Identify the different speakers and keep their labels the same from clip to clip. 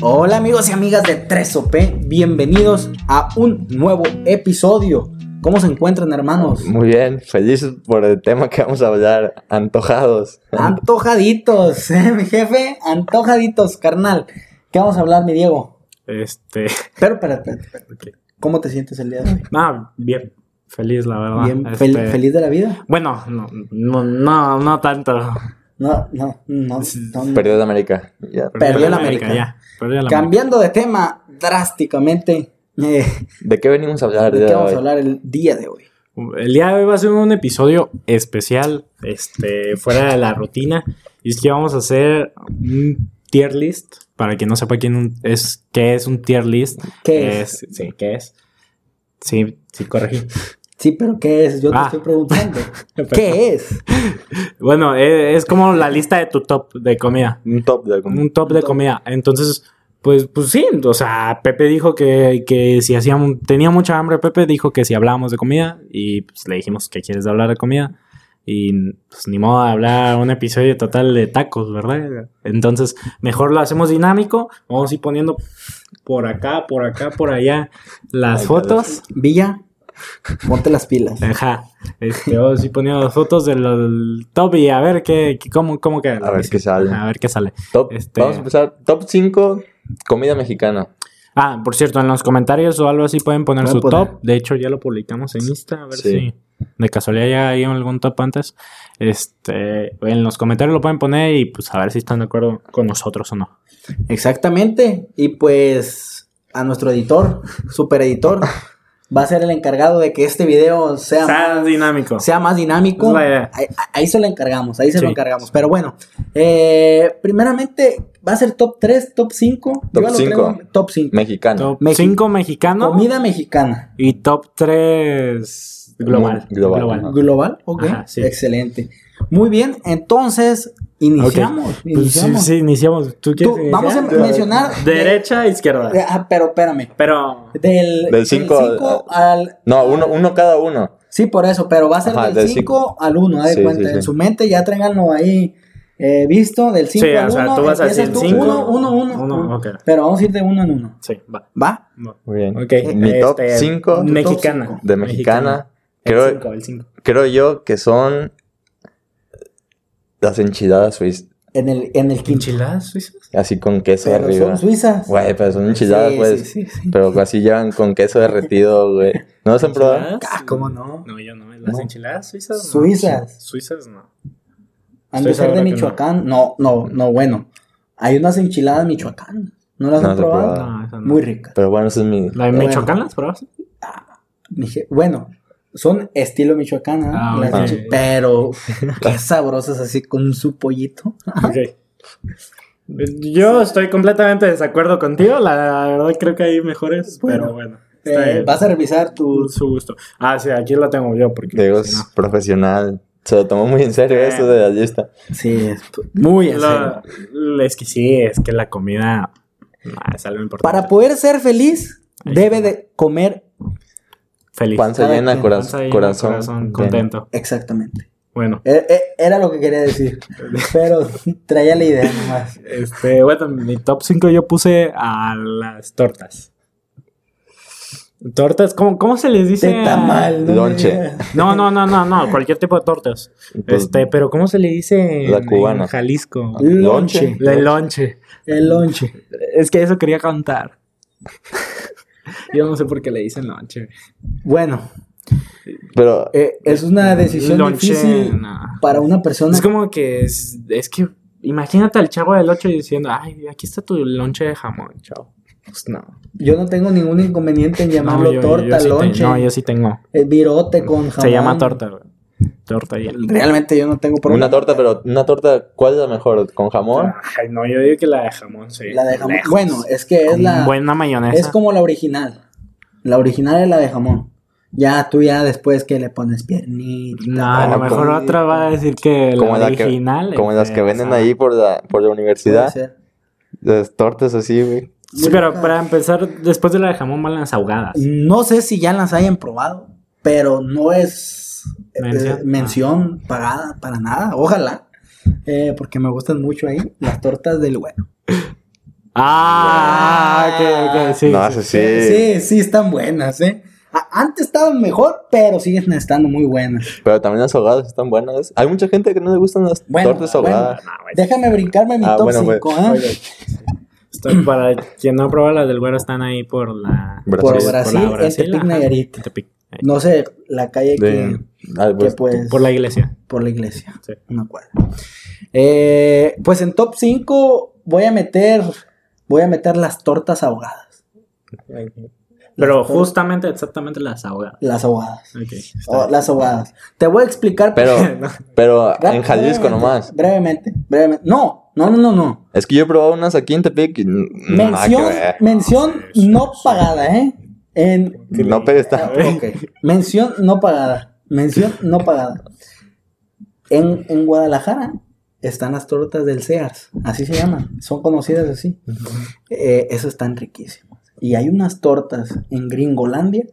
Speaker 1: Hola amigos y amigas de 3OP, bienvenidos a un nuevo episodio. ¿Cómo se encuentran hermanos?
Speaker 2: Muy bien, felices por el tema que vamos a hablar, antojados.
Speaker 1: Ah, Antojaditos, ¿eh, mi jefe, antojaditos, carnal. ¿Qué vamos a hablar, mi Diego?
Speaker 3: Este,
Speaker 1: Pero, espera, espera, espera.
Speaker 3: Ok.
Speaker 1: ¿cómo te sientes el día de hoy?
Speaker 3: nada, bien, feliz la verdad.
Speaker 1: Bien,
Speaker 3: Este,
Speaker 1: fel- feliz de la vida.
Speaker 3: Bueno, no, no, no, no tanto.
Speaker 1: No, no, no. no, no.
Speaker 2: Perdió de América. Ya.
Speaker 1: Perdió la
Speaker 3: la
Speaker 1: América.
Speaker 3: ya. Perdió la América.
Speaker 1: Cambiando de tema drásticamente, eh,
Speaker 2: ¿De qué venimos a hablar?
Speaker 1: ¿de
Speaker 2: día
Speaker 1: qué
Speaker 2: de
Speaker 1: vamos
Speaker 2: hoy?
Speaker 1: a hablar el día de hoy?
Speaker 3: El día de hoy va a ser un episodio especial, este, fuera de la rutina. Y es que vamos a hacer un tier list. Para quien no sepa quién un- es, qué es un tier list.
Speaker 1: ¿Qué es?
Speaker 3: Sí, ¿qué es? Sí, sí, corregí.
Speaker 1: Sí, pero ¿qué es? Yo te
Speaker 3: Ah.
Speaker 1: estoy preguntando. ¿Qué es?
Speaker 3: Bueno, eh, es como la lista de tu top de comida.
Speaker 2: Un top de algún...
Speaker 3: Un top de comida. Entonces, pues, pues sí, o sea, Pepe dijo que, que si hacíamos, tenía mucha hambre, Pepe dijo que si hablábamos de comida y pues le dijimos que quieres hablar de comida y pues ni modo de hablar un episodio total de tacos, ¿verdad? Entonces, mejor lo hacemos dinámico, vamos a ir poniendo por acá, por acá, por allá las
Speaker 2: Ay,
Speaker 3: fotos.
Speaker 1: Villa, ponte las pilas.
Speaker 3: Ajá, este, vamos a ir poniendo las fotos del, del top y a ver qué, qué- cómo, cómo queda.
Speaker 2: A ver qué sale.
Speaker 3: A ver qué sale.
Speaker 2: Top,
Speaker 3: Este-
Speaker 2: Vamos a empezar. Top 5, comida mexicana.
Speaker 3: Ah, por cierto, en los comentarios o algo así pueden poner
Speaker 1: Pueden
Speaker 3: su
Speaker 1: poner.
Speaker 3: top. De hecho, ya lo publicamos en Insta, a ver
Speaker 2: Sí.
Speaker 3: si de casualidad ya hay algún top antes. Este, en los comentarios lo pueden poner y pues a ver si están de acuerdo con nosotros o no.
Speaker 1: Exactamente. Y pues a nuestro editor, super editor, va a ser el encargado de que este video sea, más,
Speaker 3: dinámico.
Speaker 1: sea más dinámico.
Speaker 3: Es la idea.
Speaker 1: Ahí, ahí se lo encargamos, ahí se lo
Speaker 3: Sí.
Speaker 1: encargamos. Pero bueno, eh, primeramente va a ser top 3, top 5.
Speaker 2: Top cinco.
Speaker 1: Top 5.
Speaker 2: Mexicana.
Speaker 3: Top
Speaker 1: Mexi-
Speaker 3: 5 mexicano
Speaker 1: Comida mexicana.
Speaker 3: y top 3 global.
Speaker 2: Mu- global, ajá.
Speaker 1: Global, ok.
Speaker 3: Ajá, sí.
Speaker 1: Excelente. Muy bien, entonces iniciamos.
Speaker 3: Ok. Pues, sí,
Speaker 1: iniciamos.
Speaker 3: sí, iniciamos. ¿Tú
Speaker 1: Tú,
Speaker 3: quieres iniciar?
Speaker 1: vamos a mencionar. de-
Speaker 3: Derecha, izquierda.
Speaker 1: de- ah, pero espérame.
Speaker 3: Pero...
Speaker 1: Del
Speaker 2: Del cinco al-
Speaker 1: 5 al.
Speaker 2: No, uno, uno cada uno.
Speaker 1: Sí, por eso, pero va a ser
Speaker 2: Ajá,
Speaker 1: del
Speaker 2: del
Speaker 1: 5 al 1, haz de
Speaker 2: Sí,
Speaker 1: cuenta.
Speaker 2: sí,
Speaker 1: En
Speaker 2: sí.
Speaker 1: su mente ya trénganlo ahí eh, visto, del 5
Speaker 3: Sí,
Speaker 1: al 1.
Speaker 3: o sea, tú vas a decir 5.
Speaker 1: 1, 1, 1.
Speaker 3: Uno, ok.
Speaker 1: Pero vamos a ir de 1 en 1.
Speaker 3: Sí, va.
Speaker 1: ¿Va?
Speaker 3: va.
Speaker 2: Muy bien.
Speaker 3: Ok,
Speaker 2: Mi
Speaker 3: este,
Speaker 2: top 5
Speaker 1: me-
Speaker 3: Mexicana.
Speaker 1: top cinco.
Speaker 2: de mexicana. Creo,
Speaker 3: El 5, el 5.
Speaker 2: creo yo que son las enchiladas suizas.
Speaker 1: En el, en el quinto.
Speaker 3: ¿Enchiladas suizas?
Speaker 2: Así con queso
Speaker 1: Pero
Speaker 2: arriba.
Speaker 1: son suizas.
Speaker 2: Güey, pero son enchiladas,
Speaker 1: Sí,
Speaker 2: pues.
Speaker 1: sí, sí, sí.
Speaker 2: Pero así llevan con queso derretido, güey. ¿No las han probado?
Speaker 1: Ah, ¿cómo no?
Speaker 3: No, yo no. ¿Las
Speaker 2: No.
Speaker 3: enchiladas suizas? no.
Speaker 1: Suizas.
Speaker 3: Suizas no.
Speaker 1: Han de
Speaker 3: Estoy
Speaker 1: ser de
Speaker 3: seguro que no.
Speaker 1: Michoacán. No, no, no, bueno. Hay unas enchiladas Michoacán. ¿No las
Speaker 2: No
Speaker 1: han
Speaker 2: las he
Speaker 1: probado?
Speaker 2: probado.
Speaker 3: esa no.
Speaker 1: Ah, Muy ricas.
Speaker 2: Pero bueno, ese es mi.
Speaker 3: ¿La de
Speaker 1: Bueno.
Speaker 3: Michoacán las probaste?
Speaker 1: Dije, Bueno, son estilo michoacana,
Speaker 3: Ah,
Speaker 1: las
Speaker 3: ok.
Speaker 1: enchi- pero qué sabrosas así con su pollito.
Speaker 3: Ok. Yo estoy completamente de desacuerdo contigo. La verdad creo que hay mejores, pero bueno. está
Speaker 1: Eh,
Speaker 3: bien.
Speaker 1: vas a revisar tu...
Speaker 3: Su gusto. Ah, sí, aquí la tengo yo porque...
Speaker 2: Diego
Speaker 3: si
Speaker 2: es
Speaker 3: no.
Speaker 2: profesional. Se lo tomó muy en serio
Speaker 3: Eh.
Speaker 2: eso de la lista.
Speaker 1: Sí, es tu- muy en serio.
Speaker 3: La- es que sí, es que la comida... nah, es algo importante.
Speaker 1: Para poder ser feliz,
Speaker 3: Ahí
Speaker 1: debe
Speaker 3: está.
Speaker 1: de comer
Speaker 3: Feliz.
Speaker 2: Panza
Speaker 1: Cada
Speaker 2: llena,
Speaker 1: quien,
Speaker 2: coraz-
Speaker 3: Panza llena,
Speaker 2: corazón. lleno.
Speaker 3: contento.
Speaker 1: exactamente.
Speaker 3: Bueno.
Speaker 1: E- e- Era lo que quería decir, pero traía la idea nomás.
Speaker 3: Este, bueno, en mi top 5 yo puse a las tortas. Tortas, ¿cómo, cómo se les dice?
Speaker 1: Está mal, Este ¿no? me
Speaker 2: Lonche.
Speaker 1: digas.
Speaker 3: No, no, no, no, no, cualquier tipo de tortas.
Speaker 1: Pues,
Speaker 2: Entonces,
Speaker 3: Este, pero ¿cómo se le dice en-
Speaker 2: La cubana.
Speaker 3: en Jalisco?
Speaker 1: Lonche.
Speaker 3: La lonche.
Speaker 1: El lonche.
Speaker 3: Es que eso quería contar. Yo no sé por qué le dicen lonche.
Speaker 1: Bueno,
Speaker 2: Pero
Speaker 1: eh, es
Speaker 3: Mm,
Speaker 1: una decisión difícil
Speaker 3: no.
Speaker 1: para una persona.
Speaker 3: Es como que es, es que imagínate al chavo del 8 diciendo, "Ay, aquí está tu lonche de jamón, chavo." Pues no.
Speaker 1: Yo no tengo ningún inconveniente en llamarlo
Speaker 3: yo- yo
Speaker 1: torta,
Speaker 3: sí te-
Speaker 1: lonche.
Speaker 3: no, yo sí tengo.
Speaker 1: El virote con jamón.
Speaker 3: Se llama torta, güey. Torta y el...
Speaker 1: Realmente yo no tengo problema.
Speaker 2: una torta, pero una torta, ¿cuál es la mejor? ¿Con jamón?
Speaker 3: Ay, Ah, no, yo digo que la de jamón, sí.
Speaker 1: La de jamón.
Speaker 3: Lejos.
Speaker 1: Bueno, es que es
Speaker 3: Con
Speaker 1: la.
Speaker 3: Buena mayonesa.
Speaker 1: Es como la original. La original es la de jamón. Ya tú ya después que le pones piernita.
Speaker 3: No, a lo
Speaker 2: Ah,
Speaker 3: mejor
Speaker 1: con-
Speaker 3: otra va a decir que
Speaker 2: Como,
Speaker 3: la
Speaker 2: la que-
Speaker 3: original. eh, es
Speaker 2: como las
Speaker 3: de
Speaker 2: que venden
Speaker 3: asada.
Speaker 2: ahí por la, por
Speaker 1: Puede
Speaker 2: la universidad.
Speaker 1: ser.
Speaker 2: Las tortas así, güey.
Speaker 3: Sí, pero para empezar, después de la de jamón van las ahogadas.
Speaker 1: No sé si ya las hayan probado, pero no es eh,
Speaker 3: Mención.
Speaker 1: mención pagada para nada. Ojalá. eh, porque me gustan mucho ahí las tortas del bueno.
Speaker 3: Ah, ok, ok, sí.
Speaker 2: no,
Speaker 3: sí.
Speaker 2: eso sí.
Speaker 1: Sí, sí, sí, están buenas, ¿eh? A- Antes estaban mejor, pero siguen estando muy buenas.
Speaker 2: Pero también las ahogadas están buenas. Hay mucha gente que no le gustan las
Speaker 1: Bueno,
Speaker 2: tortas ahogadas.
Speaker 3: Ah, No, güey.
Speaker 1: Déjame brincarme mi
Speaker 2: Ah,
Speaker 1: top
Speaker 2: bueno,
Speaker 1: 5, ¿eh?
Speaker 3: Oye, estoy- para quien no ha probado las del güero, están ahí por la.
Speaker 2: Brasil.
Speaker 1: Por
Speaker 2: Por la
Speaker 1: Brasil, en Tepic,
Speaker 3: ajá,
Speaker 1: Nayarit.
Speaker 3: en Tepic, ahí,
Speaker 1: No sé, la calle
Speaker 2: De-
Speaker 1: que,
Speaker 2: ah, pues,
Speaker 1: que, pues...
Speaker 3: Por la iglesia.
Speaker 1: por la iglesia.
Speaker 3: Sí.
Speaker 1: Una cuadra. Eh, pues en top 5 voy a meter. Voy a meter las tortas ahogadas.
Speaker 3: Pero
Speaker 1: Las tor-
Speaker 3: justamente, exactamente las ahogadas.
Speaker 1: Las ahogadas.
Speaker 3: Ok.
Speaker 1: Oh, las ahogadas. Te voy a explicar.
Speaker 2: Pero,
Speaker 3: No.
Speaker 2: pero
Speaker 1: Rap-
Speaker 2: en Jalisco
Speaker 1: brevemente,
Speaker 2: nomás.
Speaker 1: Brevemente, brevemente. No, no, no, no, no.
Speaker 2: Es que yo he probado unas aquí en Tepic. y n- nada que
Speaker 1: Mención,
Speaker 2: ver.
Speaker 1: mención
Speaker 3: Sí, sí,
Speaker 1: no
Speaker 3: sí.
Speaker 1: pagada, ¿eh? En,
Speaker 2: No pegues
Speaker 1: ah,
Speaker 2: tanto.
Speaker 1: ok. Mención no pagada. Mención no pagada. En, en Guadalajara están las tortas del Sears. Así se llaman. Son conocidas así. Eh, eso están riquísimas. Y hay unas tortas en Gringolandia,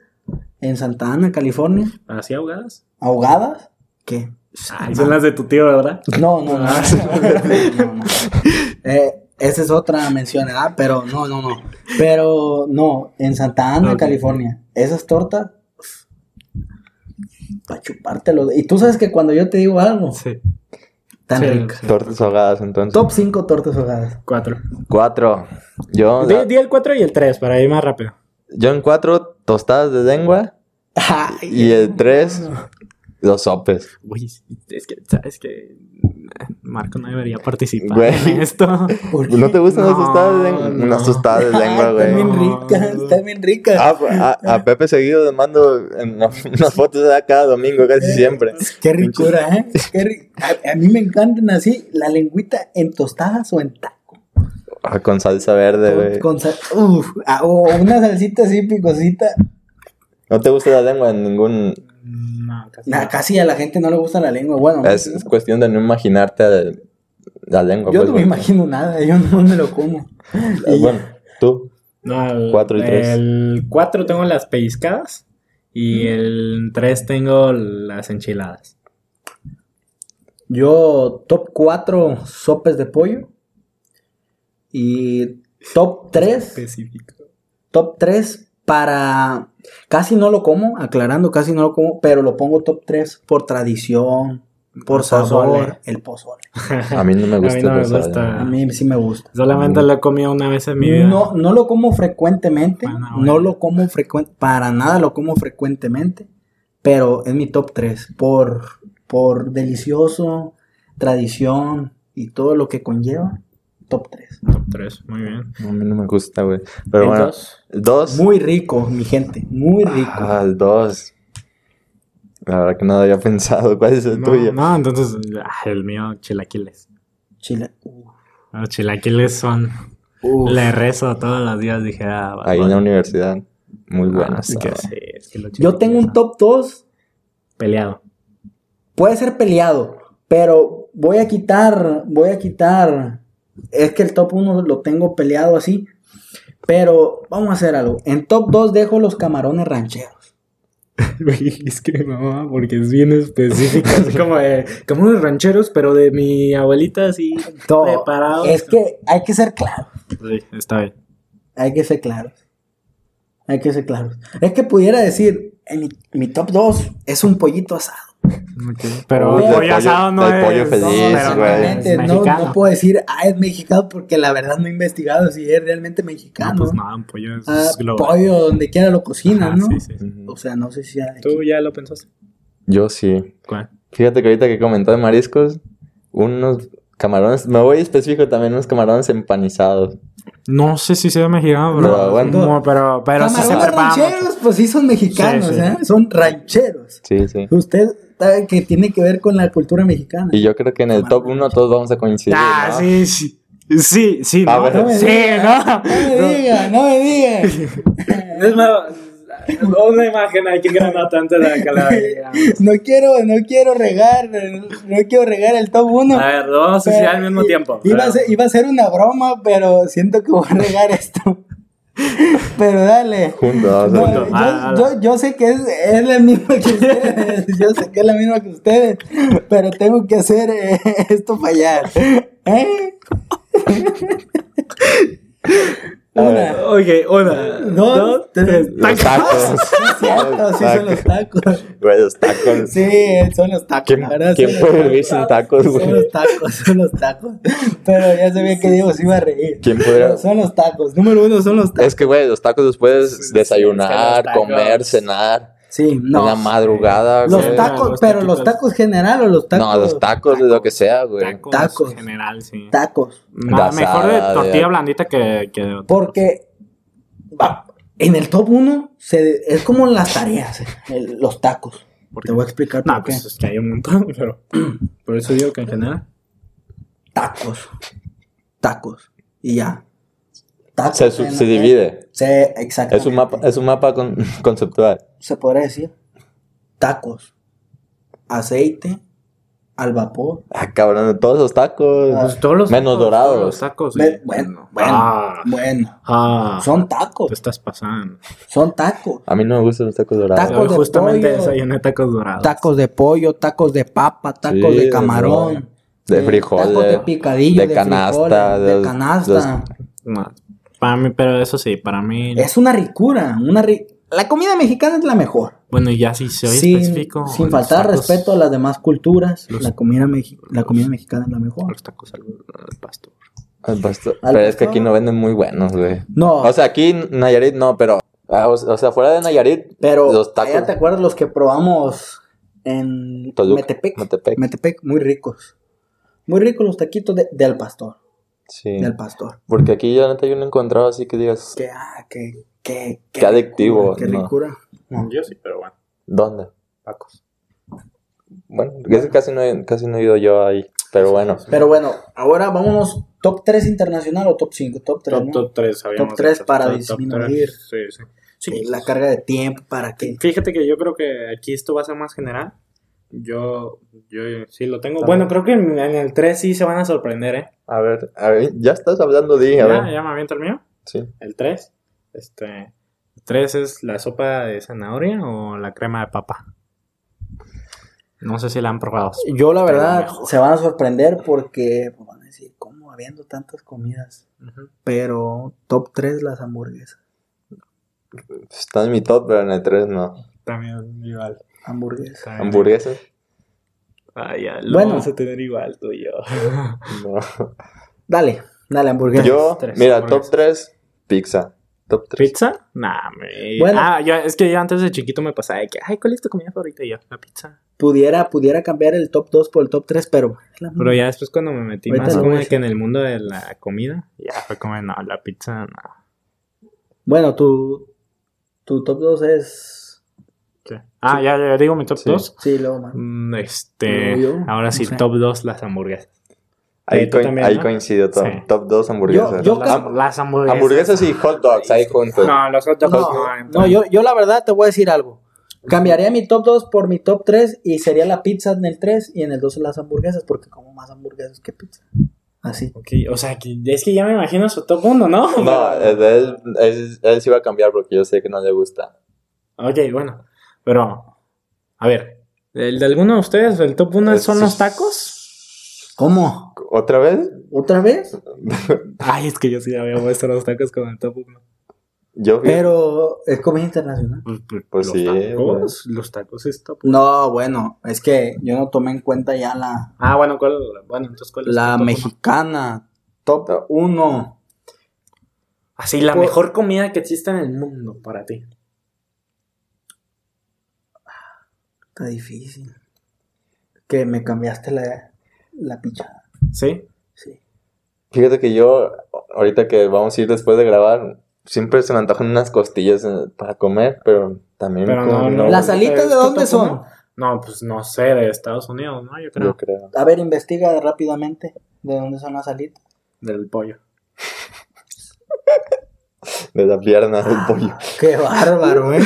Speaker 1: en Santa Ana, California,
Speaker 3: ¿Así ahogadas?
Speaker 1: ahogadas, que...
Speaker 3: Ay, son las de tu tío, ¿verdad?
Speaker 1: No, no, no. No, no. Eh, esa es otra mención, ¿verdad? Pero no, no, no. Pero no, en Santa Ana,
Speaker 3: Ok.
Speaker 1: California, esas tortas... Para chupártelo. Y tú sabes que cuando yo te digo algo,
Speaker 3: Sí.
Speaker 1: tan
Speaker 3: Sí,
Speaker 1: ricas.
Speaker 3: sí.
Speaker 2: Tortas ahogadas, entonces.
Speaker 1: Top 5 tortas ahogadas.
Speaker 3: Cuatro.
Speaker 2: Cuatro. Yo,
Speaker 3: Di,
Speaker 2: la-
Speaker 3: di el cuatro y el tres para ir más rápido.
Speaker 2: yo en cuatro, tostadas de lengua. Y el tres, los sopes.
Speaker 3: Uy, es que, ¿sabes que Marco no debería participar
Speaker 2: Güey.
Speaker 3: en esto.
Speaker 1: ¿Por qué?
Speaker 2: ¿No te gustan las
Speaker 3: No,
Speaker 2: tostadas de lengua?
Speaker 3: no.
Speaker 2: Unas tostadas de lengua,
Speaker 1: Están
Speaker 2: güey.
Speaker 1: bien
Speaker 3: No.
Speaker 1: ricas, están bien ricas.
Speaker 2: Ah, a, a Pepe seguido le mando en- unas fotos de cada domingo, casi siempre.
Speaker 1: Qué ricura, ¿eh? Qué ri- a, a mí me encantan así, la lengüita en tostadas o en taco.
Speaker 2: Ah, con salsa verde, güey.
Speaker 1: Con sal- uf, ah, o una salsita así picosita.
Speaker 2: No te gusta la lengua en ningún.
Speaker 3: No, casi
Speaker 1: Nah,
Speaker 3: no.
Speaker 1: casi a la gente no le gusta la lengua. Bueno, a mí
Speaker 2: Ah, Es,
Speaker 1: sí.
Speaker 2: es cuestión de no imaginarte la, la lengua.
Speaker 1: yo
Speaker 2: pues,
Speaker 1: no me
Speaker 2: güey.
Speaker 1: imagino nada, yo no me lo como.
Speaker 2: Ah, Bueno, tú.
Speaker 3: No, el,
Speaker 2: Cuatro y tres.
Speaker 3: El 4 tengo las pellizcadas y el 3 tengo las enchiladas.
Speaker 1: Yo, top 4 sopes de pollo. Y top 3,
Speaker 3: Específico.
Speaker 1: top 3 para. Casi no lo como, aclarando, casi no lo como, pero lo pongo top 3 por tradición, por
Speaker 3: El pozole.
Speaker 1: sabor, el pozole.
Speaker 2: A mí no me gusta.
Speaker 3: A mí no me
Speaker 2: pues, la
Speaker 3: gusta.
Speaker 2: lengua.
Speaker 1: A mí sí me gusta.
Speaker 2: Mm.
Speaker 3: Solamente lo he comido una vez en mi vida.
Speaker 1: No, no lo como frecuentemente,
Speaker 3: Ah, no,
Speaker 1: no
Speaker 3: bueno.
Speaker 1: lo como frecuente, para nada lo como frecuentemente, pero es mi top 3 por, por delicioso, tradición y todo lo que conlleva, top 3.
Speaker 3: Top 3, muy bien.
Speaker 2: A mí no me gusta, güey. Pero bueno, el dos.
Speaker 1: Muy rico, mi gente, muy rico.
Speaker 2: Ah, el dos. La verdad que no lo había pensado. ¿Cuál es el
Speaker 3: No,
Speaker 2: tuyo?
Speaker 3: no, entonces ah, el mío, chilaquiles.
Speaker 1: Chile.
Speaker 3: Los chilaquiles son.
Speaker 1: Uf.
Speaker 3: Le rezo todos los días, dije. Ah, va,
Speaker 2: Ahí
Speaker 3: va.
Speaker 2: en la universidad. Muy
Speaker 3: Ah,
Speaker 2: bueno.
Speaker 3: es
Speaker 2: estaba.
Speaker 3: que sí, es que los
Speaker 1: Yo tengo un
Speaker 3: chilaquiles son
Speaker 1: top 2,
Speaker 3: Peleado.
Speaker 1: puede ser peleado, pero voy a quitar, voy a quitar, es que el top 1 lo tengo peleado así, pero vamos a hacer algo. En top 2 dejo los camarones rancheros.
Speaker 3: Güey, es que mamá, porque es bien específico. Así como de. Como unos rancheros, pero de mi abuelita, así.
Speaker 1: Todo.
Speaker 3: Preparados.
Speaker 1: Es que hay que ser claros.
Speaker 3: Sí, está bien.
Speaker 1: Hay que ser claros. Hay que ser claros. Es que pudiera decir, en mi, mi top 2 es es un pollito asado. Uy,
Speaker 3: Pero el
Speaker 1: del
Speaker 3: pollo asado no
Speaker 2: del
Speaker 3: es.
Speaker 2: pollo feliz,
Speaker 3: no, pero no
Speaker 2: güey.
Speaker 3: es
Speaker 1: Exactamente, no,
Speaker 3: mexicano.
Speaker 1: no puedo decir, ah, es mexicano porque la verdad no he investigado si es realmente mexicano.
Speaker 3: No, pues nada, un pollo es
Speaker 1: Ah,
Speaker 3: global.
Speaker 1: pollo donde quiera lo cocinan,
Speaker 3: Ajá,
Speaker 1: ¿no?
Speaker 3: sí, sí, sí.
Speaker 2: Ujú.
Speaker 1: O sea, no sé si sea de
Speaker 3: ¿Tú
Speaker 1: aquí.
Speaker 3: ya lo pensaste?
Speaker 2: Yo sí.
Speaker 3: ¿Cuál?
Speaker 2: Fíjate que ahorita que comentó de mariscos, unos camarones, me voy específico también, unos camarones empanizados.
Speaker 3: No sé si sea mexicano, pero,
Speaker 2: Pero bueno.
Speaker 3: no, pero, pero sí se
Speaker 1: Camarones
Speaker 3: prepara
Speaker 1: rancheros,
Speaker 3: mucho.
Speaker 1: pues sí son mexicanos,
Speaker 3: Sí, sí.
Speaker 1: ¿eh? Son rancheros.
Speaker 2: Sí, sí.
Speaker 1: Usted sabe que tiene que ver con la cultura mexicana.
Speaker 2: Y yo creo que en el top 1 todos vamos a coincidir.
Speaker 3: ah,
Speaker 2: ¿no?
Speaker 3: sí, sí. Sí, sí,
Speaker 2: A
Speaker 3: ¿no?
Speaker 2: ver. No
Speaker 1: me
Speaker 3: sí,
Speaker 1: digas,
Speaker 3: ¿no?
Speaker 1: No me digas, no me digas.
Speaker 3: Es más, una imagen hay que granar tanto la calabria.
Speaker 1: No quiero, no quiero regar, no quiero regar el top 1.
Speaker 3: A ver, lo vamos a
Speaker 1: Pero-
Speaker 3: suicidar al mismo
Speaker 1: i-
Speaker 3: tiempo.
Speaker 1: Iba a, ser, iba a ser una broma, pero siento que voy a regar esto. Pero dale.
Speaker 2: Juntos.
Speaker 1: No,
Speaker 3: Punto.
Speaker 1: yo,
Speaker 3: Ah,
Speaker 1: yo- yo sé que es, es la misma que ustedes. Yo sé que es la misma que ustedes. Pero tengo que hacer eh, esto fallar. ¿Eh? Una,
Speaker 3: Ok, una,
Speaker 1: Dos, tres.
Speaker 2: Los tacos.
Speaker 1: cierto, sí son los tacos.
Speaker 2: Güey, los tacos.
Speaker 1: Sí, son los tacos.
Speaker 2: ¿Quién,
Speaker 1: la verdad,
Speaker 2: quién
Speaker 1: son los
Speaker 2: puede
Speaker 1: tacos.
Speaker 2: vivir sin tacos,
Speaker 1: Son
Speaker 2: güey?
Speaker 1: los tacos, son los tacos. Pero ya sabía que Diego se iba a reír.
Speaker 2: ¿Quién podría-
Speaker 1: Pero Son los tacos. Número uno son los tacos.
Speaker 2: Es que, güey, los tacos los puedes desayunar,
Speaker 3: tacos.
Speaker 2: comer, cenar.
Speaker 1: Sí,
Speaker 2: En
Speaker 1: no.
Speaker 2: la madrugada,
Speaker 1: Los
Speaker 2: güey.
Speaker 1: tacos,
Speaker 3: Los
Speaker 1: pero los
Speaker 3: taquitos.
Speaker 1: tacos general o los tacos.
Speaker 2: No, los tacos, de lo que sea, güey.
Speaker 3: Tacos,
Speaker 1: Tacos.
Speaker 3: en general, sí.
Speaker 1: Tacos.
Speaker 3: Ma- mejor
Speaker 2: Asada,
Speaker 3: de
Speaker 2: de-
Speaker 3: tortilla blandita que, que de otra
Speaker 1: Porque va, en el top 1 es como las tareas, el- los tacos.
Speaker 3: cosa. Porque-
Speaker 1: Te voy a explicar
Speaker 3: No,
Speaker 1: por qué.
Speaker 3: pues es que hay un montón, pero por eso digo que en general.
Speaker 1: Tacos. Tacos. Y ya. Tacos.
Speaker 2: Se, su-
Speaker 1: en-
Speaker 2: se divide.
Speaker 1: Se, exactamente.
Speaker 2: Es un mapa, es un mapa con- conceptual.
Speaker 1: Se podría decir. Tacos. Aceite. Al vapor.
Speaker 2: Ah, cabrón, de todos los tacos.
Speaker 1: Ah,
Speaker 3: Pues todos los
Speaker 2: Menos
Speaker 3: tacos,
Speaker 2: dorados.
Speaker 3: todos los tacos. sí.
Speaker 1: Me- bueno, bueno,
Speaker 3: Ah,
Speaker 1: bueno.
Speaker 3: ah,
Speaker 1: Son
Speaker 3: te
Speaker 1: tacos.
Speaker 3: estás pasando.
Speaker 1: Son tacos.
Speaker 2: A mí no me gustan los tacos dorados.
Speaker 1: Tacos
Speaker 3: Yo
Speaker 1: de
Speaker 3: justamente
Speaker 1: pollo.
Speaker 3: desayuné tacos dorados.
Speaker 1: Tacos de pollo, tacos de papa, tacos
Speaker 2: Sí,
Speaker 1: de camarón.
Speaker 2: de
Speaker 1: eh,
Speaker 2: frijol,
Speaker 1: Tacos
Speaker 2: de-
Speaker 1: de picadillo.
Speaker 2: de
Speaker 1: De,
Speaker 2: canasta,
Speaker 1: frijoles, de
Speaker 2: los-
Speaker 1: canasta.
Speaker 3: No, para mí, pero eso sí, para mí.
Speaker 1: Es una ricura, una ri- La comida mexicana es la mejor.
Speaker 3: Bueno, y ya si soy
Speaker 1: Sin,
Speaker 3: específico.
Speaker 1: sin
Speaker 3: los
Speaker 1: faltar
Speaker 3: tacos-
Speaker 1: respeto a las demás culturas,
Speaker 3: los-
Speaker 1: la comida, mexi- la comida mexicana es la mejor.
Speaker 3: Los tacos al, al pastor.
Speaker 2: Al pastor.
Speaker 1: Al
Speaker 2: Pero es que
Speaker 1: pastor.
Speaker 2: aquí no venden muy buenos, güey.
Speaker 1: No,
Speaker 2: O sea, aquí en Nayarit no, pero. ah, O o sea, fuera de Nayarit,
Speaker 1: pero
Speaker 2: los tacos.
Speaker 1: allá te acuerdas los que probamos en
Speaker 2: Toluca,
Speaker 1: Metepec?
Speaker 2: Metepec.
Speaker 1: Metepec, muy ricos. Muy ricos los taquitos de- del pastor.
Speaker 2: Sí.
Speaker 1: Del pastor.
Speaker 2: Porque aquí yo neta yo no he encontrado así que digas.
Speaker 1: Que, ah, que, que,
Speaker 2: Qué adictivo,
Speaker 1: Qué
Speaker 2: ¿no?
Speaker 1: ricura. No.
Speaker 3: Mm, Yo sí, pero bueno,
Speaker 2: ¿Dónde?
Speaker 3: tacos.
Speaker 2: Bueno, es que casi no, he, casi no he ido yo ahí. Pero bueno.
Speaker 1: Pero bueno, ahora vámonos. ¿Top 3 internacional o top 5? Top 3.
Speaker 3: Top, top 3 habíamos
Speaker 1: Top tres
Speaker 3: hecho,
Speaker 1: para
Speaker 3: top- top
Speaker 1: disminuir.
Speaker 3: tres, Sí, sí. Sí,
Speaker 1: La carga de tiempo para que.
Speaker 3: Fíjate que yo creo que aquí esto va a ser más general. Yo, yo sí lo tengo. Bueno, creo que en, en el 3 sí se van a sorprender, ¿eh?
Speaker 2: A ver, a ver, ya estás hablando de. A
Speaker 3: Ya,
Speaker 2: ver.
Speaker 3: ya me aviento el mío.
Speaker 2: Sí.
Speaker 3: El 3. Este. El 3 es la sopa de zanahoria o la crema de papa. No sé si la han probado.
Speaker 1: Yo, la verdad,
Speaker 3: Pero mejor.
Speaker 1: se van a sorprender porque pues, van a decir, ¿cómo habiendo tantas comidas?
Speaker 3: Ujú.
Speaker 1: Pero top 3 las hamburguesas.
Speaker 2: Está en mi top, pero en el 3 no.
Speaker 3: También igual.
Speaker 1: Hamburguesas.
Speaker 2: ¿Hamburguesas?
Speaker 3: Ah, ya. Lo
Speaker 1: Bueno.
Speaker 3: vamos a tener igual tú y yo.
Speaker 2: No.
Speaker 1: Dale, dale, hamburguesas.
Speaker 2: Yo,
Speaker 3: tres
Speaker 2: mira,
Speaker 3: hamburguesas.
Speaker 2: top 3, pizza. Top 3.
Speaker 3: ¿Pizza? Nah, me...
Speaker 1: Bueno.
Speaker 3: Ah, yo, es que yo antes de chiquito me pasaba de que, ay, ¿cuál es tu comida favorita? Y yo, la pizza.
Speaker 1: Pudiera, pudiera cambiar el top 2 por el top 3, pero. la-
Speaker 3: Pero ya después cuando me metí
Speaker 1: Ahorita
Speaker 3: más
Speaker 1: lo
Speaker 3: como
Speaker 1: voy a
Speaker 3: que en el mundo de la comida, ya fue como, no, la pizza, no.
Speaker 1: Bueno, tu, tu top 2 es.
Speaker 3: ¿Qué? Ah, ya, ya digo mi top
Speaker 2: Sí.
Speaker 3: 2.
Speaker 1: Sí, luego, man.
Speaker 3: Este,
Speaker 1: Yo, yo,
Speaker 3: ahora
Speaker 1: no
Speaker 3: sí,
Speaker 1: sé.
Speaker 3: top 2 las hamburguesas.
Speaker 2: Ahí,
Speaker 3: Sí, tú
Speaker 2: coin-
Speaker 3: también,
Speaker 2: ahí
Speaker 3: ¿no?
Speaker 2: coincido, top,
Speaker 3: Sí.
Speaker 2: top 2 hamburguesas.
Speaker 1: Yo
Speaker 3: las,
Speaker 1: creo-
Speaker 3: las hamburguesas.
Speaker 2: Ah,
Speaker 3: Este,
Speaker 2: hamburguesas pues. y hot dogs ahí juntos.
Speaker 3: No, los hot dogs no.
Speaker 1: No, no, yo, yo la verdad te voy a decir algo. Cambiaría mi top 2 por mi top 3 y sería la pizza en el 3 y en el 2 las hamburguesas porque como más hamburguesas que pizza. Así.
Speaker 3: Okay, o sea, que, es que ya me imagino su top 1, ¿no?
Speaker 2: No, él, él, él- él sí va a cambiar porque yo sé que no le gusta.
Speaker 3: Ok, bueno. Pero, a ver, ¿el de alguno de ustedes, el top 1 son
Speaker 2: Pues, Es-
Speaker 3: los tacos?
Speaker 1: ¿Cómo?
Speaker 2: ¿Otra vez?
Speaker 1: ¿Otra vez?
Speaker 3: Ay, es que yo sí había puesto los tacos como el top 1.
Speaker 2: Yo fui-
Speaker 1: Pero es comida internacional.
Speaker 2: Pues sí,
Speaker 3: Tacos, los tacos es top
Speaker 1: No, bueno, es que yo no tomé en cuenta ya la,
Speaker 3: Ah, bueno, ¿cuál? Bueno, entonces, ¿cuál es
Speaker 1: la
Speaker 3: tu top uno?
Speaker 1: mexicana. Top 1.
Speaker 3: Así, Ah, la
Speaker 1: Por-
Speaker 3: mejor comida que existe en el mundo para ti.
Speaker 1: Está difícil. Que me cambiaste la, la pichada.
Speaker 3: ¿Sí?
Speaker 1: Sí.
Speaker 2: Fíjate que yo, ahorita que vamos a ir después de grabar, siempre se me antojan unas costillas eh, para comer, pero también
Speaker 3: Pero
Speaker 2: como
Speaker 3: no, no.
Speaker 1: ¿Las
Speaker 3: ¿Este
Speaker 1: alitas
Speaker 3: es
Speaker 1: de
Speaker 3: tu
Speaker 1: dónde
Speaker 3: top
Speaker 1: son?
Speaker 3: uno? No, pues no sé, de Estados Unidos, ¿no? Yo creo.
Speaker 2: yo creo.
Speaker 1: A ver, investiga rápidamente de dónde son las alitas.
Speaker 3: Del pollo.
Speaker 2: De la pierna
Speaker 1: Ah,
Speaker 2: del pollo.
Speaker 1: Qué bárbaro, ¿eh?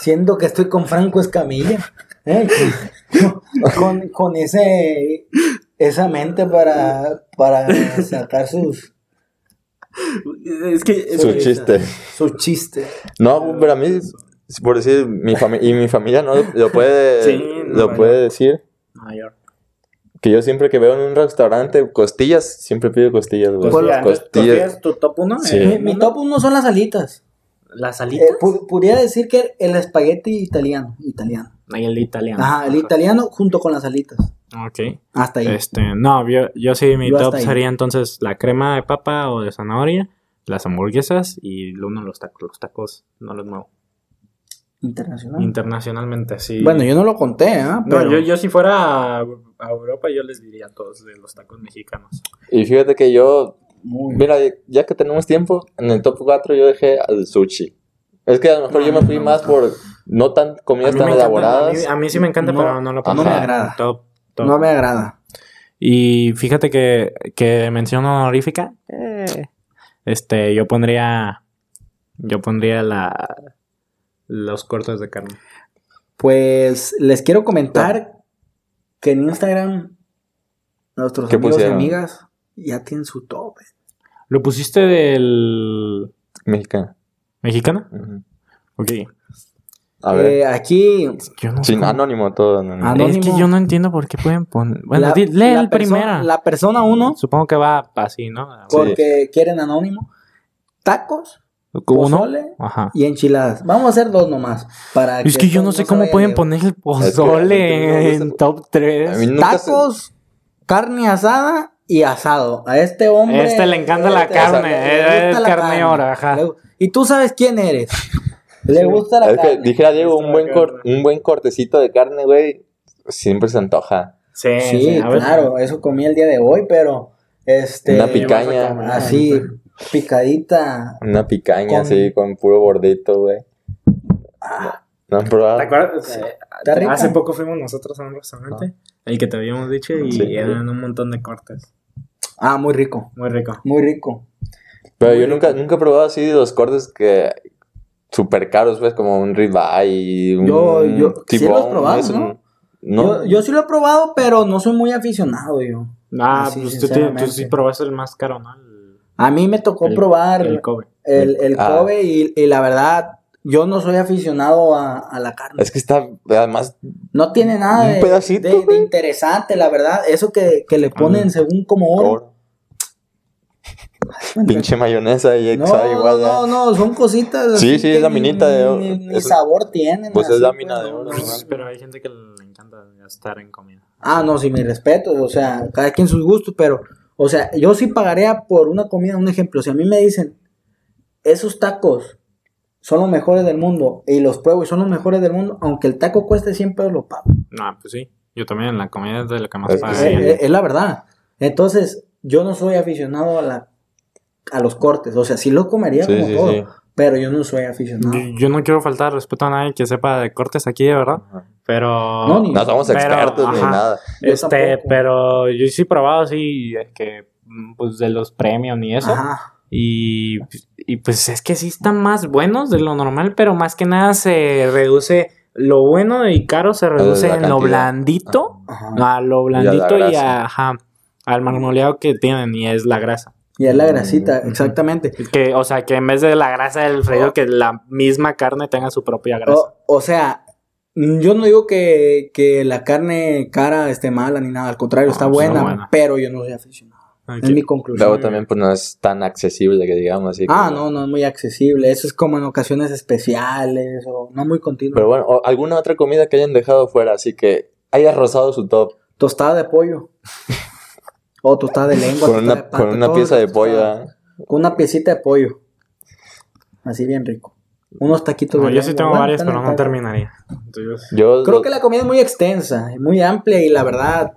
Speaker 1: Siendo que estoy con Franco Escamilla, ¿eh? Con, con ese, esa mente para, para sacar sus, Es que. es
Speaker 2: Su
Speaker 1: que-
Speaker 2: chiste.
Speaker 1: Su chiste.
Speaker 2: No, pero a mí, por decir, mi fami- y mi familia no lo puede,
Speaker 3: Sí, no,
Speaker 2: lo
Speaker 3: no.
Speaker 2: puede decir.
Speaker 3: Nueva York.
Speaker 2: Que yo siempre que veo en un restaurante costillas, siempre pido costillas, güey.
Speaker 3: Costillas,
Speaker 2: Pues, Costillas.
Speaker 3: ¿Tu top 1?
Speaker 2: Sí.
Speaker 1: Mi, mi top uno son las alitas.
Speaker 3: Las
Speaker 1: Eh,
Speaker 3: alitas.
Speaker 1: pu- podría decir que el espagueti italiano. Italiano.
Speaker 3: Ahí el italiano.
Speaker 1: Ajá, el italiano junto con las alitas.
Speaker 3: Ok.
Speaker 1: Hasta ahí.
Speaker 3: Este, no, yo, yo sí, mi
Speaker 1: Yo hasta
Speaker 3: top
Speaker 1: ahí.
Speaker 3: sería entonces la crema de papa o de zanahoria, las hamburguesas y el uno los tacos. Los tacos no los muevo.
Speaker 1: Internacional.
Speaker 3: Internacionalmente, sí.
Speaker 1: Ah. Bueno, yo no lo conté, ¿ah?
Speaker 3: No,
Speaker 1: Pero
Speaker 3: yo, yo si fuera a a Europa, yo les diría a todos de los tacos mexicanos.
Speaker 2: Y fíjate que yo
Speaker 1: Muy bien.
Speaker 2: Mira, ya que tenemos tiempo, en el top 4 yo dejé al sushi. Es que a lo mejor yo me fui más por no tan
Speaker 3: A
Speaker 2: comidas
Speaker 3: mí, me
Speaker 2: tan
Speaker 3: encanta, a,
Speaker 2: elaboradas.
Speaker 3: mí, a mí sí me encanta,
Speaker 1: No,
Speaker 3: pero no lo
Speaker 2: no
Speaker 3: pongo.
Speaker 2: me
Speaker 3: en
Speaker 1: agrada.
Speaker 3: Top, top.
Speaker 1: No me agrada.
Speaker 3: Y fíjate que, que mención honorífica. eh, Este, yo pondría. Yo pondría la. Los cortes de carne.
Speaker 1: Pues les quiero comentar que en Instagram nuestros
Speaker 2: ¿Qué
Speaker 1: amigos
Speaker 2: pusieron?
Speaker 1: y amigas ya tienen su top.
Speaker 3: ¿Lo pusiste del.
Speaker 2: Mexicana.
Speaker 3: mexicana?
Speaker 2: Ujú.
Speaker 3: Ok.
Speaker 2: A ver.
Speaker 1: Eh, aquí
Speaker 3: Yo no sé
Speaker 2: Sin
Speaker 3: cómo-
Speaker 2: anónimo todo. anónimo.
Speaker 1: Ah, no.
Speaker 3: Es que
Speaker 1: anónimo.
Speaker 3: yo no entiendo por qué pueden poner. Bueno,
Speaker 1: la,
Speaker 3: di- lee
Speaker 1: la perso-
Speaker 3: el primera.
Speaker 1: La persona uno,
Speaker 3: Supongo que va así, ¿no?
Speaker 1: porque quieren anónimo, tacos,
Speaker 3: Uno.
Speaker 1: pozole
Speaker 3: Ajá.
Speaker 1: y enchiladas. Vamos a hacer dos nomás. Para
Speaker 3: Es que yo
Speaker 1: esto
Speaker 3: no sé
Speaker 1: se
Speaker 3: cómo
Speaker 1: vaya
Speaker 3: pueden
Speaker 1: de-
Speaker 3: poner el
Speaker 2: Es que a mí
Speaker 3: pozole
Speaker 2: no me
Speaker 3: en
Speaker 2: gusta-
Speaker 3: top
Speaker 2: A mí
Speaker 3: 3.
Speaker 2: nunca se-
Speaker 1: Tacos, carne asada y asado. A este hombre.
Speaker 3: Este le encanta la carne,
Speaker 1: le
Speaker 3: eh,
Speaker 1: gusta
Speaker 3: es
Speaker 1: la
Speaker 3: carnívoro,
Speaker 1: carne.
Speaker 3: ajá.
Speaker 1: Le- Y tú sabes quién eres. Le gusta la
Speaker 2: es que
Speaker 1: carne.
Speaker 2: dijera Diego, un
Speaker 3: Gusta la
Speaker 2: buen, cor-
Speaker 3: carne.
Speaker 2: un buen cortecito de carne, güey, siempre se antoja.
Speaker 3: Sí,
Speaker 1: Sí,
Speaker 3: a ver.
Speaker 1: claro, eso comí el día de hoy, pero este
Speaker 2: Una
Speaker 3: Sí, vas a
Speaker 2: picaña.
Speaker 3: comer.
Speaker 1: así picadita.
Speaker 2: Una picaña
Speaker 1: Con-
Speaker 2: así, con puro bordito, güey.
Speaker 1: Ah,
Speaker 2: ¿No han probado?
Speaker 3: ¿Te acuerdas? Eh,
Speaker 1: Está rica.
Speaker 3: Hace poco fuimos nosotros a un restaurante, el que te habíamos dicho, y
Speaker 2: Sí.
Speaker 3: eran un montón de cortes.
Speaker 1: Ah, muy rico,
Speaker 3: Muy rico.
Speaker 1: muy rico.
Speaker 2: Pero yo nunca, nunca he probado así los cortes que super caros, pues, como un ribeye, un
Speaker 1: Yo- yo- sí los
Speaker 2: tibón,
Speaker 1: probamos,
Speaker 2: eso,
Speaker 1: ¿no?
Speaker 2: No,
Speaker 1: Yo, yo sí lo he probado, pero no soy muy aficionado yo.
Speaker 3: Ah,
Speaker 1: Ah, sí,
Speaker 3: pues tú, te-
Speaker 1: sinceramente.
Speaker 3: tú sí probaste el más caro, ¿no? El,
Speaker 1: A mí me tocó
Speaker 3: el-
Speaker 1: probar
Speaker 3: el
Speaker 1: el,
Speaker 3: Kobe.
Speaker 1: el,
Speaker 2: Ah.
Speaker 1: Kobe y, y la verdad, yo no soy aficionado a, a la carne.
Speaker 2: es que está, además,
Speaker 1: No tiene nada
Speaker 2: Un
Speaker 1: de,
Speaker 2: pedacito,
Speaker 1: de- de
Speaker 2: güey.
Speaker 1: interesante, la verdad. Eso que, que le ponen según como oro.
Speaker 2: oro. pinche mayonesa y
Speaker 1: No,
Speaker 2: sabe igual.
Speaker 1: no,
Speaker 2: ¿eh?
Speaker 1: no, son cositas.
Speaker 2: Sí,
Speaker 1: así
Speaker 2: sí,
Speaker 1: que
Speaker 2: es laminita
Speaker 1: ni-
Speaker 2: de oro.
Speaker 1: Ni, ni
Speaker 2: Eso-
Speaker 1: sabor tienen.
Speaker 2: pues es
Speaker 1: así,
Speaker 2: lámina
Speaker 1: pues,
Speaker 2: de
Speaker 1: no,
Speaker 2: oro,
Speaker 1: no.
Speaker 2: ¿verdad?
Speaker 3: Pero hay gente que le encanta gastar en comida.
Speaker 1: Ah, no, sí, mi respeto. O sea, cada quien sus gustos, pero, o sea, yo sí pagaría por una comida, un ejemplo. Si a mí me dicen, esos tacos son los mejores del mundo, y los pruebo y son los mejores del mundo, aunque el taco cueste 100 pesos, lo pago.
Speaker 3: No, pues sí. Yo también, la comida es de lo que más
Speaker 2: Es que
Speaker 3: paga.
Speaker 2: Ah, sí,
Speaker 1: Eh, eh, Es, la verdad. Entonces, yo no soy aficionado a la a los cortes. O sea, sí lo comería
Speaker 2: Sí,
Speaker 1: como
Speaker 2: sí,
Speaker 1: todo,
Speaker 2: sí.
Speaker 1: pero yo no soy aficionado.
Speaker 3: Yo, yo no quiero faltar respeto a nadie que sepa de cortes aquí, de verdad.
Speaker 2: Ajá.
Speaker 3: Pero.
Speaker 1: No, ni-
Speaker 2: No somos
Speaker 3: Pero,
Speaker 2: expertos ni
Speaker 3: ajá.
Speaker 2: nada.
Speaker 1: Yo
Speaker 3: este,
Speaker 1: tampoco.
Speaker 3: pero yo sí he probado así, eh, que. mm, Pues de los premios ni eso.
Speaker 1: Ajá.
Speaker 3: Y, y pues es que sí están más buenos de lo normal, pero más que nada se reduce. Lo bueno y caro se reduce
Speaker 2: la
Speaker 3: en lo
Speaker 2: cantidad.
Speaker 3: blandito.
Speaker 1: Ajá.
Speaker 3: A lo
Speaker 2: la
Speaker 3: blandito y,
Speaker 2: grasa.
Speaker 3: a- ajá, al marmoleado que tienen y es la grasa.
Speaker 1: Y es la grasita,
Speaker 3: Ujú.
Speaker 1: exactamente.
Speaker 3: Que, o sea, que en vez de la grasa del freído, que la misma carne tenga su propia grasa.
Speaker 1: O, o sea, mm, yo no digo que, que la carne cara esté mala ni nada, al contrario,
Speaker 3: Ah, pues, No,
Speaker 1: está
Speaker 3: está
Speaker 1: buena,
Speaker 3: buena.
Speaker 1: pero yo no soy aficionado. Es mi conclusión.
Speaker 2: Luego también, pues, no es tan accesible que digamos así.
Speaker 1: Ah,
Speaker 2: como-
Speaker 1: no, no es muy accesible. Eso es como en ocasiones especiales o no muy continuo.
Speaker 2: Pero bueno, o alguna otra comida que hayan dejado fuera, así que haya rozado su top
Speaker 1: Tostada de pollo. o tostada de lengua.
Speaker 2: con
Speaker 1: tostada de
Speaker 2: una,
Speaker 1: pata,
Speaker 2: con una
Speaker 1: todo
Speaker 2: pieza
Speaker 1: lo
Speaker 2: de
Speaker 1: que
Speaker 2: pollo.
Speaker 1: tostada.
Speaker 2: ¿eh?
Speaker 1: Con una piecita de pollo. Así bien rico. Unos taquitos
Speaker 3: No,
Speaker 1: de
Speaker 3: yo sí
Speaker 1: lengua.
Speaker 3: tengo
Speaker 1: Bueno,
Speaker 3: varias,
Speaker 1: están
Speaker 3: pero
Speaker 1: en
Speaker 3: no
Speaker 1: casa.
Speaker 3: terminaría. Entonces-
Speaker 2: Yo
Speaker 1: Creo
Speaker 2: lo-
Speaker 1: que la comida es muy extensa, y muy amplia y la verdad,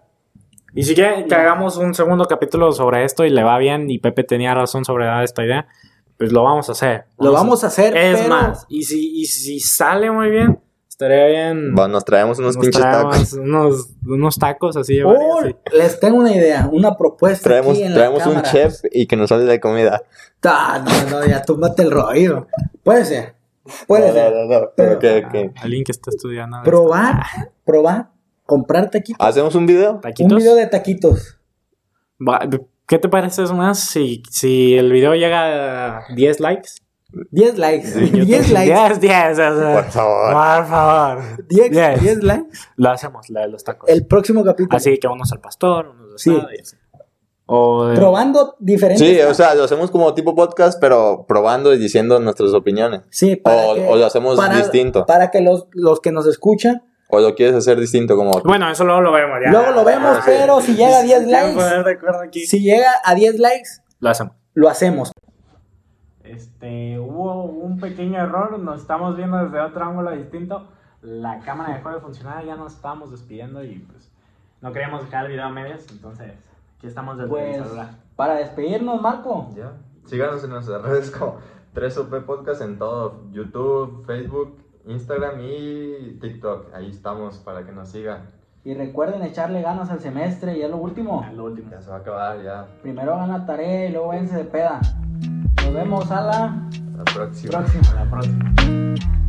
Speaker 3: Y si quieren que hagamos un segundo capítulo sobre esto y le va bien y Pepe tenía razón sobre dar esta idea, pues lo vamos a hacer.
Speaker 1: lo vamos a hacer.
Speaker 3: Es
Speaker 1: pero-
Speaker 3: más, y si, y si sale muy bien, estaría bien.
Speaker 2: bueno, nos traemos unos
Speaker 3: nos
Speaker 2: pinches
Speaker 3: traemos
Speaker 2: tacos.
Speaker 3: Unos, unos tacos así. de varios,
Speaker 1: Oh,
Speaker 3: así.
Speaker 1: les tengo una idea, una propuesta.
Speaker 2: Traemos,
Speaker 1: aquí en la
Speaker 2: traemos un
Speaker 1: cámara.
Speaker 2: chef y que nos sale la comida.
Speaker 1: Ah, no, no, ya túmbate el rollo. Puede ser. Puede
Speaker 2: No,
Speaker 1: ser.
Speaker 2: no, no, no, pero que- que-
Speaker 3: Ah, Alguien que está estudiando. esto.
Speaker 1: Probar, probar, comprar taquitos.
Speaker 2: ¿Hacemos un video?
Speaker 1: Un
Speaker 3: ¿Taquitos?
Speaker 1: video de taquitos.
Speaker 3: Va- ¿Qué te parece es más si, si el video llega a 10 likes?
Speaker 1: 10 likes.
Speaker 2: Sí, yo
Speaker 1: 10 likes.
Speaker 3: 10, 10. o sea,
Speaker 2: Por favor.
Speaker 3: Por favor.
Speaker 1: 10
Speaker 3: Yes.
Speaker 1: 10 likes.
Speaker 3: Lo hacemos, la de los tacos.
Speaker 1: El próximo capítulo.
Speaker 3: Así que unos al pastor, unos
Speaker 1: Sí.
Speaker 3: asado y así. O de-
Speaker 1: Probando diferentes.
Speaker 2: Sí, o sea, lo hacemos como tipo podcast, pero probando y diciendo nuestras opiniones.
Speaker 1: Sí,
Speaker 2: O,
Speaker 1: para que,
Speaker 2: o lo hacemos
Speaker 1: para-
Speaker 2: distinto.
Speaker 1: para que los, los que nos escuchan,
Speaker 2: O lo quieres hacer distinto, como.
Speaker 3: Bueno, eso luego lo vemos ya.
Speaker 1: luego lo vemos,
Speaker 2: Ah, sí.
Speaker 1: pero si llega a 10
Speaker 3: Quiero
Speaker 1: likes,
Speaker 3: poner de acuerdo aquí.
Speaker 1: si llega a 10 likes,
Speaker 3: Lo hacemos.
Speaker 1: lo hacemos.
Speaker 3: Este, hubo un pequeño error, nos estamos viendo desde otro ángulo distinto. La cámara dejó de funcionar, ya nos estábamos despidiendo y pues no queríamos dejar el video a medias, entonces aquí estamos desde
Speaker 1: Pues para despedirnos, Marco.
Speaker 2: Ya. Síganos en nuestras redes como 3OP Podcast en todo: YouTube, Facebook, Instagram y TikTok. Ahí estamos para que nos sigan.
Speaker 1: Y recuerden echarle ganas al semestre y es lo último.
Speaker 3: último.
Speaker 2: Ya se va a acabar, ya.
Speaker 1: Primero gana tarea y luego váyanse de peda. Nos vemos a la
Speaker 2: La próxima.
Speaker 1: próxima.
Speaker 3: A la próxima.